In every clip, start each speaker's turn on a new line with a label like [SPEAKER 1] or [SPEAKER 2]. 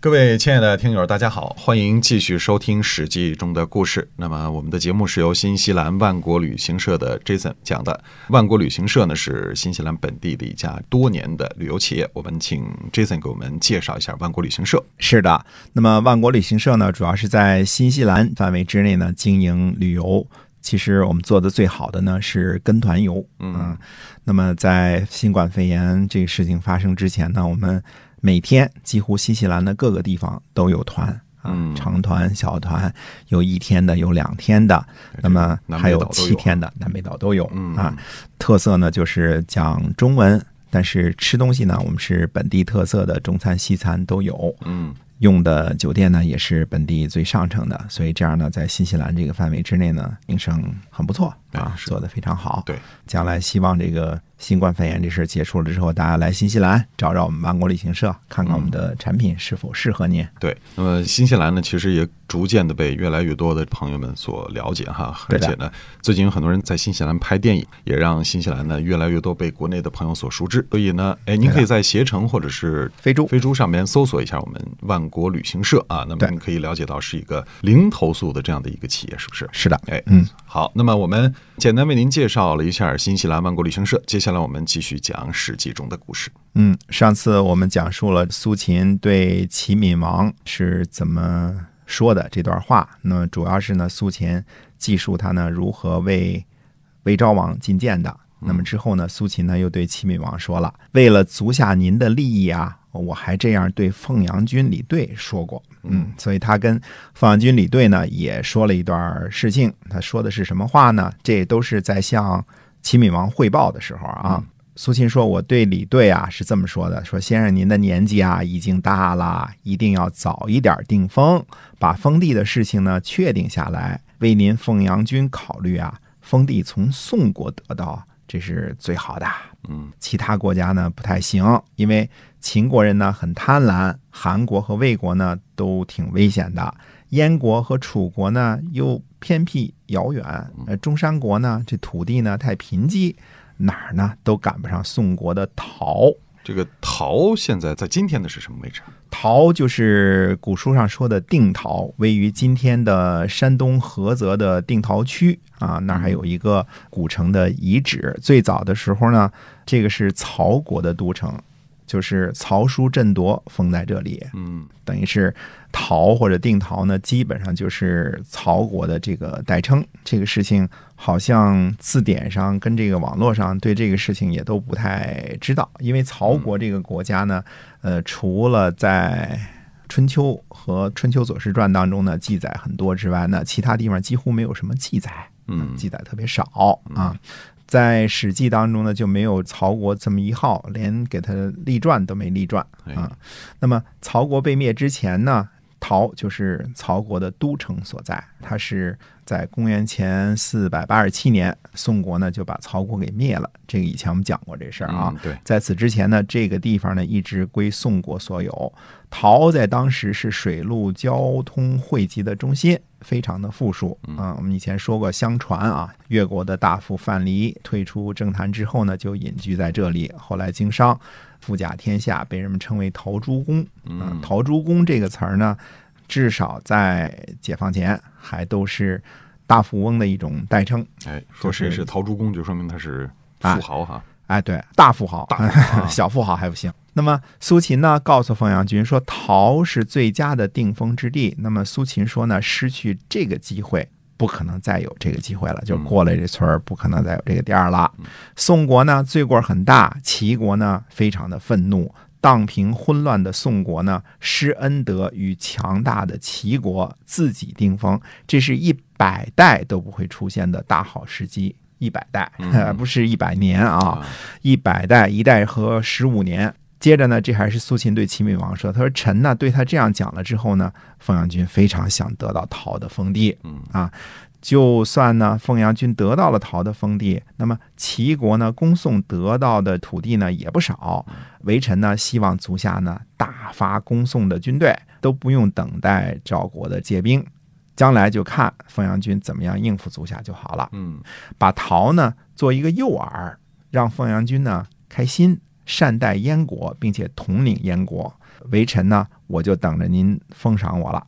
[SPEAKER 1] 各位亲爱的听友，大家好，欢迎继续收听《史记》中的故事。那么，我们的节目是由新西兰万国旅行社的 Jason 讲的。万国旅行社呢是新西兰本地的一家多年的旅游企业。我们请 Jason 给我们介绍一下万国旅行社。
[SPEAKER 2] 是的，那么万国旅行社呢，主要是在新西兰范围之内呢经营旅游。其实我们做的最好的呢是跟团游，
[SPEAKER 1] 嗯
[SPEAKER 2] 啊那么在新冠肺炎这个事情发生之前呢，我们每天几乎新西兰的各个地方都有团啊
[SPEAKER 1] 嗯，
[SPEAKER 2] 长团、小团，有一天的，有两天的，那么
[SPEAKER 1] 南
[SPEAKER 2] 还
[SPEAKER 1] 北
[SPEAKER 2] 有
[SPEAKER 1] 岛都
[SPEAKER 2] 七
[SPEAKER 1] 有啊
[SPEAKER 2] 天的，南北岛都有
[SPEAKER 1] 嗯
[SPEAKER 2] 啊。特色呢就是讲中文，但是吃东西呢，我们是本地特色的中餐、西餐都有。
[SPEAKER 1] 嗯
[SPEAKER 2] 用的酒店呢也是本地最上乘的，所以这样呢，在新西兰这个范围之内呢，名声很不错啊
[SPEAKER 1] 哎，是
[SPEAKER 2] 做得非常好。
[SPEAKER 1] 对，
[SPEAKER 2] 将来希望这个新冠肺炎这事儿结束了之后，大家来新西兰找找我们万国旅行社，看看
[SPEAKER 1] 嗯
[SPEAKER 2] 我们的产品是否适合您。
[SPEAKER 1] 对，那么新西兰呢，其实也逐渐的被越来越多的朋友们所了解哈，
[SPEAKER 2] 对
[SPEAKER 1] 而
[SPEAKER 2] 的
[SPEAKER 1] 且呢，最近有很多人在新西兰拍电影，也让新西兰呢越来越多被国内的朋友所熟知。所以呢，哎，您
[SPEAKER 2] 对的
[SPEAKER 1] 可以在携程或者是
[SPEAKER 2] 非洲
[SPEAKER 1] 飞猪上面搜索一下我们万国旅行社啊，那么
[SPEAKER 2] 对
[SPEAKER 1] 您可以了解到是一个零投诉的这样的一个企业，是不是？
[SPEAKER 2] 是的，
[SPEAKER 1] 哎，
[SPEAKER 2] 嗯，
[SPEAKER 1] 好，那么我们简单为您介绍了一下新西兰万国旅行社，接下来我们继续讲《史记》中的故事。
[SPEAKER 2] 嗯，上次我们讲述了苏秦对齐闵王是怎么说的这段话，那主要是呢，苏秦记述他呢如何为魏昭王进谏的。那么之后呢，苏秦呢又对齐闵王说了，为了足下您的利益啊，我还这样对凤阳君李队说过。嗯，所以他跟凤阳君李队呢也说了一段事情，他说的是什么话呢？这都是在向齐闵王汇报的时候啊。苏秦说：“我对李队啊是这么说的，说先生您的年纪啊已经大了，一定要早一点定封，把封地的事情呢确定下来，为您凤阳君考虑啊。封地从宋国得到，这是最好的。
[SPEAKER 1] 嗯，
[SPEAKER 2] 其他国家呢不太行，因为秦国人呢很贪婪，韩国和魏国呢都挺危险的，燕国和楚国呢又偏僻遥远，呃，中山国呢这土地呢太贫瘠，哪儿呢都赶不上宋国的陶。
[SPEAKER 1] 这个陶现在在今天的是什么位置啊？
[SPEAKER 2] 陶就是古书上说的定陶，位于今天的山东菏泽的定陶区啊，那儿还有一个古城的遗址。最早的时候呢，这个是曹国的都城，就是曹叔振铎封在这里，
[SPEAKER 1] 嗯
[SPEAKER 2] 等于是陶或者定陶呢，基本上就是曹国的这个代称。这个事情好像字典上跟这个网络上对这个事情也都不太知道，因为曹国这个国家呢，呃，除了在春秋和《春秋左氏传》当中呢记载很多之外呢，其他地方几乎没有什么记载。啊
[SPEAKER 1] 嗯，
[SPEAKER 2] 记载特别少啊。在《史记》当中呢，就没有曹国这么一号，连给他立传都没立传
[SPEAKER 1] 哎
[SPEAKER 2] 啊。那么曹国被灭之前呢，陶就是曹国的都城所在，它是在公元前四百八十七年，宋国呢就把曹国给灭了。这个以前我们讲过这事儿啊。
[SPEAKER 1] 嗯对，
[SPEAKER 2] 在此之前呢，这个地方呢一直归宋国所有。陶在当时是水陆交通汇集的中心，非常的富庶啊、我们以前说过，相传啊，越国的大夫范蠡退出政坛之后呢，就隐居在这里，后来经商，富甲天下，被人们称为陶朱公。啊
[SPEAKER 1] 嗯，
[SPEAKER 2] 陶朱公这个词儿呢，至少在解放前还都是大富翁的一种代称。
[SPEAKER 1] 哎，说谁
[SPEAKER 2] 就是
[SPEAKER 1] 是陶朱公，就说明他是
[SPEAKER 2] 啊
[SPEAKER 1] 富豪哈。
[SPEAKER 2] 哎，对，大富豪，
[SPEAKER 1] 大富豪 啊
[SPEAKER 2] 小富豪还不行。那么苏秦呢，告诉凤阳君说，陶是最佳的定风之地。那么苏秦说呢，失去这个机会，不可能再有这个机会了，就过
[SPEAKER 1] 嗯
[SPEAKER 2] 了这村儿，不可能再有这个店儿了。宋国呢，罪过很大；齐国呢，非常的愤怒。荡平混乱的宋国呢，施恩德与强大的齐国自己定封，这是一百代都不会出现的大好时机。一百代，
[SPEAKER 1] 嗯
[SPEAKER 2] 不是一百年啊，一百代，一代和十五年。接着呢，这还是苏秦对齐闵王说：“他说臣呢对他这样讲了之后呢，凤阳君非常想得到陶的封地，
[SPEAKER 1] 嗯
[SPEAKER 2] 啊，就算呢凤阳君得到了陶的封地，那么齐国呢恭送得到的土地呢也不少，微臣呢希望足下呢大发恭送的军队，都不用等待赵国的借兵，将来就看凤阳军怎么样应付足下就好了。
[SPEAKER 1] 嗯
[SPEAKER 2] 把陶呢做一个诱饵，让凤阳军呢开心，善待燕国，并且统领燕国。微臣呢，我就等着您封赏我了。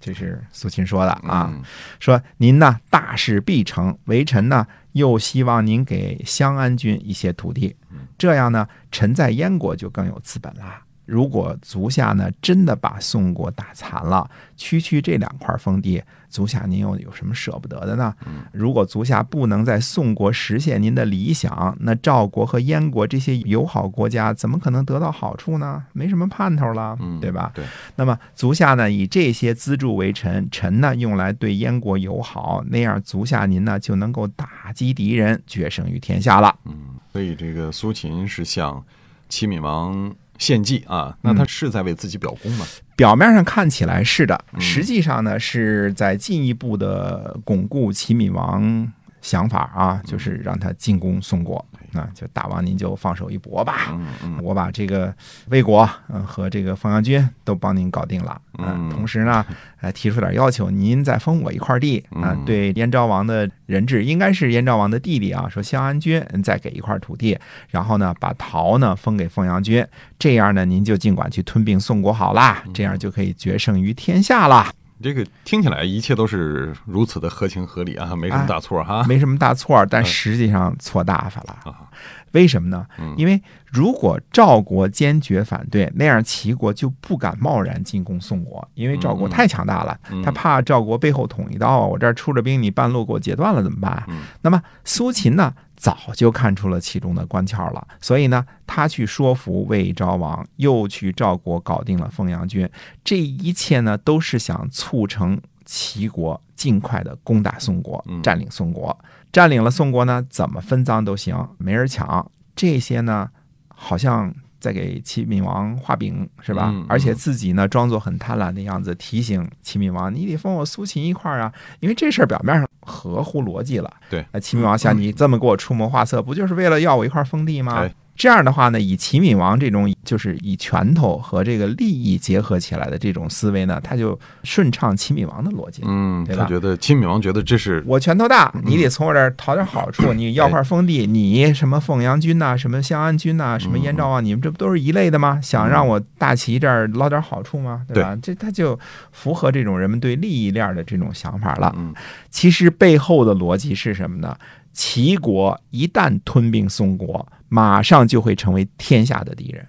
[SPEAKER 2] 这是苏秦说的啊。
[SPEAKER 1] 嗯
[SPEAKER 2] 说您呢大事必成，微臣呢又希望您给襄安君一些土地
[SPEAKER 1] 嗯，
[SPEAKER 2] 这样呢，臣在燕国就更有资本啦。如果足下呢真的把宋国打残了，区区这两块封地，足下您又有什么舍不得的呢
[SPEAKER 1] 嗯？
[SPEAKER 2] 如果足下不能在宋国实现您的理想，那赵国和燕国这些友好国家怎么可能得到好处呢？没什么盼头了
[SPEAKER 1] 嗯，
[SPEAKER 2] 对吧？
[SPEAKER 1] 对，
[SPEAKER 2] 那么足下呢，以这些资助为臣，臣呢用来对燕国友好，那样足下您呢就能够打击敌人，决胜于天下了。
[SPEAKER 1] 嗯，所以这个苏秦是向齐闵王献计啊，那
[SPEAKER 2] 嗯
[SPEAKER 1] 他是在为自己表功嘛？
[SPEAKER 2] 表面上看起来是的，
[SPEAKER 1] 嗯
[SPEAKER 2] 实际上呢是在进一步的巩固齐闵王想法啊，就是让他进攻宋国，那就大王您就放手一搏吧。
[SPEAKER 1] 嗯嗯
[SPEAKER 2] 我把这个魏国，嗯、和这个凤阳军都帮您搞定了，
[SPEAKER 1] 嗯
[SPEAKER 2] 同时呢，呃，提出点要求，您再封我一块地，啊、
[SPEAKER 1] 嗯
[SPEAKER 2] 对燕昭王的人质，应该是燕昭王的弟弟啊，说襄安君嗯再给一块土地，然后呢，把陶呢封给凤阳君，这样呢，您就尽管去吞并宋国好啦，
[SPEAKER 1] 嗯
[SPEAKER 2] 这样就可以决胜于天下啦，
[SPEAKER 1] 这个听起来一切都是如此的合情合理啊，没什么大错哈。
[SPEAKER 2] 哎没什么大错儿，但实际上错大发了。
[SPEAKER 1] 啊，
[SPEAKER 2] 为什么呢
[SPEAKER 1] 嗯？
[SPEAKER 2] 因为如果赵国坚决反对，那样齐国就不敢贸然进攻宋国，因为赵国
[SPEAKER 1] 嗯
[SPEAKER 2] 太强大了，
[SPEAKER 1] 嗯
[SPEAKER 2] 他怕赵国背后捅一刀啊，我这儿出了兵，你半路给我截断了怎么办
[SPEAKER 1] 嗯？
[SPEAKER 2] 那么苏秦呢，早就看出了其中的关窍了，所以呢，他去说服魏昭王，又去赵国搞定了凤阳军，这一切呢，都是想促成齐国尽快的攻打宋国
[SPEAKER 1] 嗯，
[SPEAKER 2] 占领宋国。占领了宋国呢，怎么分赃都行，没人抢。这些呢，好像在给齐闵王画饼，是吧？
[SPEAKER 1] 嗯嗯
[SPEAKER 2] 而且自己呢，装作很贪婪的样子，提醒齐闵王：“你得分我苏秦一块儿啊，因为这事儿表面上合乎逻辑了。”
[SPEAKER 1] 对，嗯
[SPEAKER 2] 那齐闵王想你这么给我出谋划策，不就是为了要我一块封地吗
[SPEAKER 1] 哎？
[SPEAKER 2] 这样的话呢，以齐闵王这种就是以拳头和这个利益结合起来的这种思维呢，他就顺畅齐闵王的逻辑了。
[SPEAKER 1] 嗯，
[SPEAKER 2] 对
[SPEAKER 1] 他
[SPEAKER 2] 吧
[SPEAKER 1] 觉得齐闵王觉得这是
[SPEAKER 2] 我拳头大，你得从我这儿讨点好
[SPEAKER 1] 嗯
[SPEAKER 2] 处。你要块封地，你什么凤阳军呐、什么襄安军呐、什么燕赵王，你们这不都是一类的
[SPEAKER 1] 嗯
[SPEAKER 2] 吗？想让我大齐这儿捞点好处吗？对吧？这他就符合这种人们对利益链的这种想法了。
[SPEAKER 1] 嗯
[SPEAKER 2] 其实背后的逻辑是什么呢？齐国一旦吞并宋国，马上就会成为天下的敌人。
[SPEAKER 1] 嗯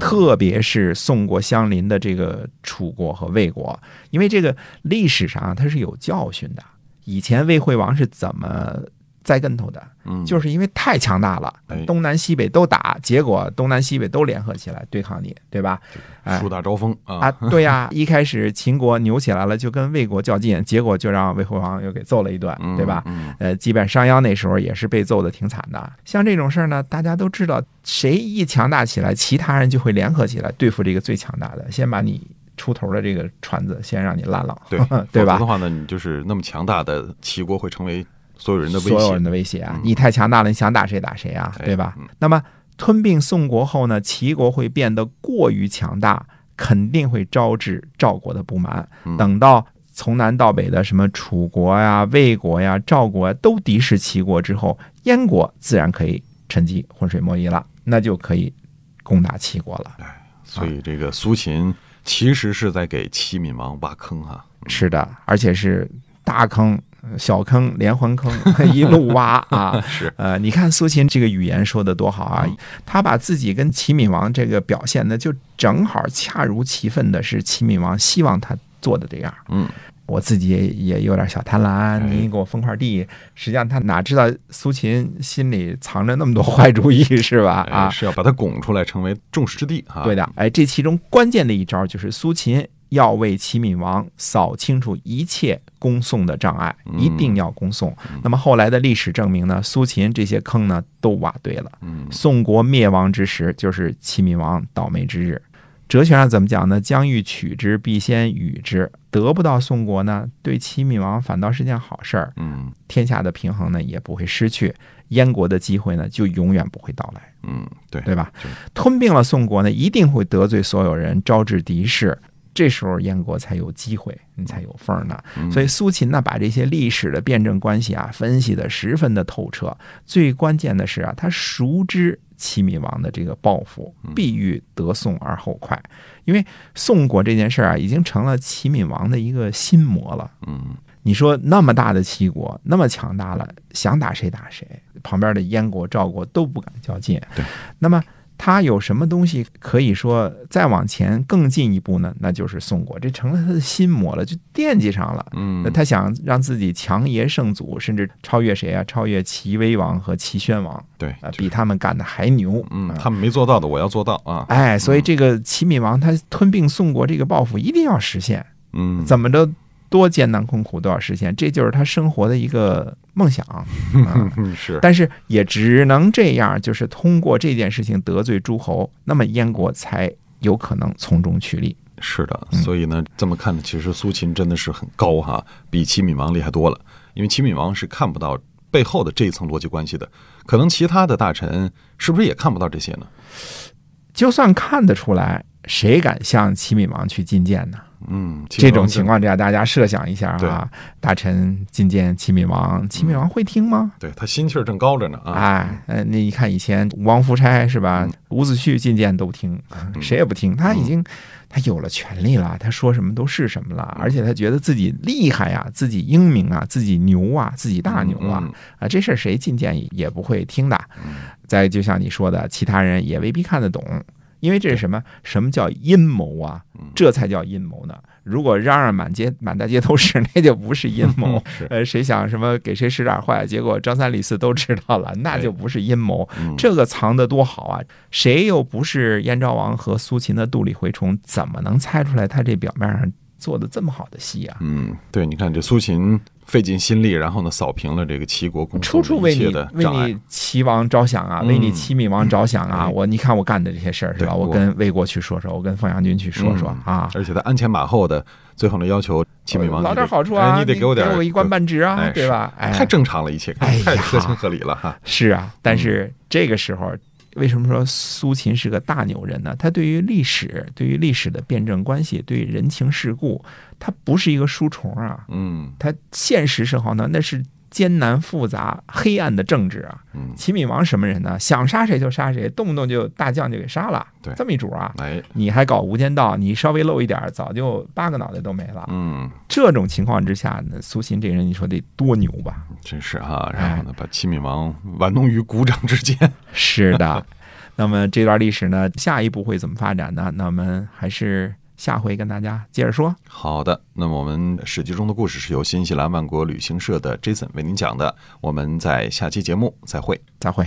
[SPEAKER 2] 特别是宋国相邻的这个楚国和魏国，因为这个历史上啊它是有教训的。以前魏惠王是怎么栽跟头的？
[SPEAKER 1] 嗯
[SPEAKER 2] 就是因为太强大了
[SPEAKER 1] 哎，
[SPEAKER 2] 东南西北都打，结果东南西北都联合起来对抗你，对吧？哎
[SPEAKER 1] 树大招风
[SPEAKER 2] 啊
[SPEAKER 1] 啊，，
[SPEAKER 2] 对呀、一开始秦国牛起来了，就跟魏国较劲，结果就让魏惠王又给揍了一顿，
[SPEAKER 1] 嗯
[SPEAKER 2] 对吧？
[SPEAKER 1] 嗯
[SPEAKER 2] 呃，基本商鞅那时候也是被揍的挺惨的。像这种事儿呢，大家都知道，谁一强大起来，其他人就会联合起来对付这个最强大的，先把你出头的这个船子先让你烂了，
[SPEAKER 1] 对
[SPEAKER 2] 对
[SPEAKER 1] 否则
[SPEAKER 2] 吧
[SPEAKER 1] 的？话呢，你就是那么强大的齐国会成为所有人的威
[SPEAKER 2] 所有人
[SPEAKER 1] 胁。
[SPEAKER 2] 的威胁啊
[SPEAKER 1] 嗯！
[SPEAKER 2] 你太强大了，你想打谁打谁啊，
[SPEAKER 1] 哎
[SPEAKER 2] 对吧？
[SPEAKER 1] 嗯
[SPEAKER 2] 那么吞并宋国后呢，齐国会变得过于强大，肯定会招致赵国的不满
[SPEAKER 1] 嗯。
[SPEAKER 2] 等到从南到北的什么楚国呀、魏国呀、赵国呀都敌视齐国之后，燕国自然可以趁机浑水摸鱼了，那就可以攻打齐国了。
[SPEAKER 1] 所
[SPEAKER 2] 啊
[SPEAKER 1] 以这个苏秦其实是在给齐闵王挖坑哈、
[SPEAKER 2] 是的，而且是大坑、呃小坑、连环坑， 一路挖啊。
[SPEAKER 1] 是，嗯
[SPEAKER 2] 呃，你看苏秦这个语言说的多好啊，他把自己跟齐闵王这个表现呢，就正好恰如其分的是齐闵王希望他做的这样。
[SPEAKER 1] 嗯，
[SPEAKER 2] 我自己也也有点小贪婪，
[SPEAKER 1] 哎
[SPEAKER 2] 您给我分块地，实际上他哪知道苏秦心里藏着那么多 坏主意是吧？啊
[SPEAKER 1] 哎，，是要把他拱出来成为众矢之的哈、
[SPEAKER 2] 对
[SPEAKER 1] 的，
[SPEAKER 2] 的，哎，这其中关键的一招就是苏秦要为齐闵王扫清楚一切攻宋的障碍，
[SPEAKER 1] 嗯
[SPEAKER 2] 一定要攻宋。那么后来的历史证明呢，苏秦这些坑呢都挖对了。
[SPEAKER 1] 嗯
[SPEAKER 2] 宋国灭亡之时，就是齐闵王倒霉之日。哲学上怎么讲呢？将欲取之，必先予之。得不到宋国呢，对齐闵王反倒是件好事儿，
[SPEAKER 1] 嗯
[SPEAKER 2] 天下的平衡呢也不会失去，燕国的机会呢就永远不会到来。
[SPEAKER 1] 嗯，对，
[SPEAKER 2] 对吧
[SPEAKER 1] 对？
[SPEAKER 2] 吞并了宋国呢，一定会得罪所有人，招致敌视。这时候燕国才有机会，你才有缝儿呢。
[SPEAKER 1] 嗯
[SPEAKER 2] 所以苏秦呢，把这些历史的辩证关系啊，分析的十分的透彻。最关键的是啊，他熟知齐闵王的这个抱负，必欲得宋而后快。因为宋国这件事儿啊，已经成了齐闵王的一个心魔了。
[SPEAKER 1] 嗯
[SPEAKER 2] 你说那么大的齐国，那么强大了，想打谁打谁，旁边的燕国、赵国都不敢较劲。
[SPEAKER 1] 对，
[SPEAKER 2] 那么他有什么东西可以说再往前更进一步呢？那就是宋国，这成了他的心魔了，就惦记上了。那
[SPEAKER 1] 嗯，
[SPEAKER 2] 他想让自己强爷胜祖，甚至超越谁啊？超越齐威王和齐宣王，
[SPEAKER 1] 对，
[SPEAKER 2] 啊，
[SPEAKER 1] 就是
[SPEAKER 2] 比他们干的还牛。
[SPEAKER 1] 嗯，
[SPEAKER 2] 啊
[SPEAKER 1] 他们没做到的，我要做到啊。
[SPEAKER 2] 哎，所以这个齐闵王他吞并宋国这个抱负一定要实现。
[SPEAKER 1] 嗯，
[SPEAKER 2] 怎么着多艰难困苦都要实现，这就是他生活的一个梦想。 啊
[SPEAKER 1] 嗯是，
[SPEAKER 2] 但是也只能这样，就是通过这件事情得罪诸侯，那么燕国才有可能从中取利。
[SPEAKER 1] 是的，
[SPEAKER 2] 嗯
[SPEAKER 1] 所以呢，这么看呢，其实苏秦真的是很高哈，比齐闵王厉害多了。因为齐闵王是看不到背后的这一层逻辑关系的，可能其他的大臣是不是也看不到这些呢？
[SPEAKER 2] 就算看得出来，谁敢向齐闵王去进谏呢？
[SPEAKER 1] 嗯，齐
[SPEAKER 2] 这
[SPEAKER 1] 闵
[SPEAKER 2] 种
[SPEAKER 1] 王
[SPEAKER 2] 情
[SPEAKER 1] 真，
[SPEAKER 2] 况之下，大家设想一下啊，
[SPEAKER 1] 对
[SPEAKER 2] 大臣进谏齐闵王，齐闵王会听吗？
[SPEAKER 1] 对他心气儿正高着呢啊。嗯
[SPEAKER 2] 哎，呃，那你看以前武王夫差是吧？伍子胥进谏都不听，谁也不听。他已经他有了权利了，他说什么都是什么了，
[SPEAKER 1] 嗯
[SPEAKER 2] 而且他觉得自己厉害呀，自己英明啊，自己牛啊，自己大牛啊
[SPEAKER 1] 嗯嗯嗯
[SPEAKER 2] 啊！这事儿谁进谏也不会听的。再就像你说的，其他人也未必看得懂。因为这是什么？什么叫阴谋啊？
[SPEAKER 1] 嗯
[SPEAKER 2] 这才叫阴谋呢！如果嚷嚷满街满大街都是，那就不是阴 谋，
[SPEAKER 1] 嗯是，
[SPEAKER 2] 呃，谁想什么给谁使点坏，结果张三李四都知道了，那
[SPEAKER 1] 对
[SPEAKER 2] 就不是阴谋。
[SPEAKER 1] 嗯
[SPEAKER 2] 这个藏得多好啊！谁又不是燕昭王和苏秦的肚里蛔虫，怎么能猜出来他这表面上做的这么好的戏啊？
[SPEAKER 1] 嗯，对，你看这苏秦费尽心力，然后呢，扫平了这个齐国共
[SPEAKER 2] 处处
[SPEAKER 1] 同的
[SPEAKER 2] 为
[SPEAKER 1] 嗯一切
[SPEAKER 2] 你
[SPEAKER 1] 的
[SPEAKER 2] 为
[SPEAKER 1] 障碍
[SPEAKER 2] 你。齐王着想啊，
[SPEAKER 1] 嗯
[SPEAKER 2] 为你齐闵王着想啊！
[SPEAKER 1] 嗯
[SPEAKER 2] 我你看我干的这些事儿是吧？
[SPEAKER 1] 对
[SPEAKER 2] 我
[SPEAKER 1] 我
[SPEAKER 2] 跟魏国去说说，我跟凤阳君去说说
[SPEAKER 1] 嗯
[SPEAKER 2] 啊。
[SPEAKER 1] 而且他鞍前马后的，最后呢要求齐闵王
[SPEAKER 2] 老
[SPEAKER 1] 你
[SPEAKER 2] 点
[SPEAKER 1] 得
[SPEAKER 2] 好处啊！
[SPEAKER 1] 哎你得
[SPEAKER 2] 给
[SPEAKER 1] 给我点儿
[SPEAKER 2] 一官半职啊
[SPEAKER 1] 哎，
[SPEAKER 2] 对吧？哎，
[SPEAKER 1] 太正常了，一切
[SPEAKER 2] 哎呀
[SPEAKER 1] 太合情合理了 哈。
[SPEAKER 2] 是啊，但
[SPEAKER 1] 嗯
[SPEAKER 2] 是这个时候，为什么说苏秦是个大牛人呢？他对于历史、对于历史的辩证关系、对于人情世故，他不是一个书虫啊，
[SPEAKER 1] 嗯
[SPEAKER 2] 他现实生活呢，那是艰难复杂、黑暗的政治啊。
[SPEAKER 1] 嗯，
[SPEAKER 2] 秦闵王什么人呢？想杀谁就杀谁，动不动就大将就给杀了，
[SPEAKER 1] 对
[SPEAKER 2] 这么一主啊。
[SPEAKER 1] 哎，
[SPEAKER 2] 你还搞无间道，你稍微漏一点儿，早就八个脑袋都没了。
[SPEAKER 1] 嗯，
[SPEAKER 2] 这种情况之下，那苏秦这人，你说得多牛吧？
[SPEAKER 1] 真是哈。然后呢，把齐闵王玩弄于股掌之间。
[SPEAKER 2] 是的，那么这段历史呢，下一步会怎么发展呢？那我们还是下回跟大家接着说。
[SPEAKER 1] 好的，那么我们《史记》中的故事是由新西兰万国旅行社的 Jason 为您讲的，我们在下期节目再会。
[SPEAKER 2] 再会。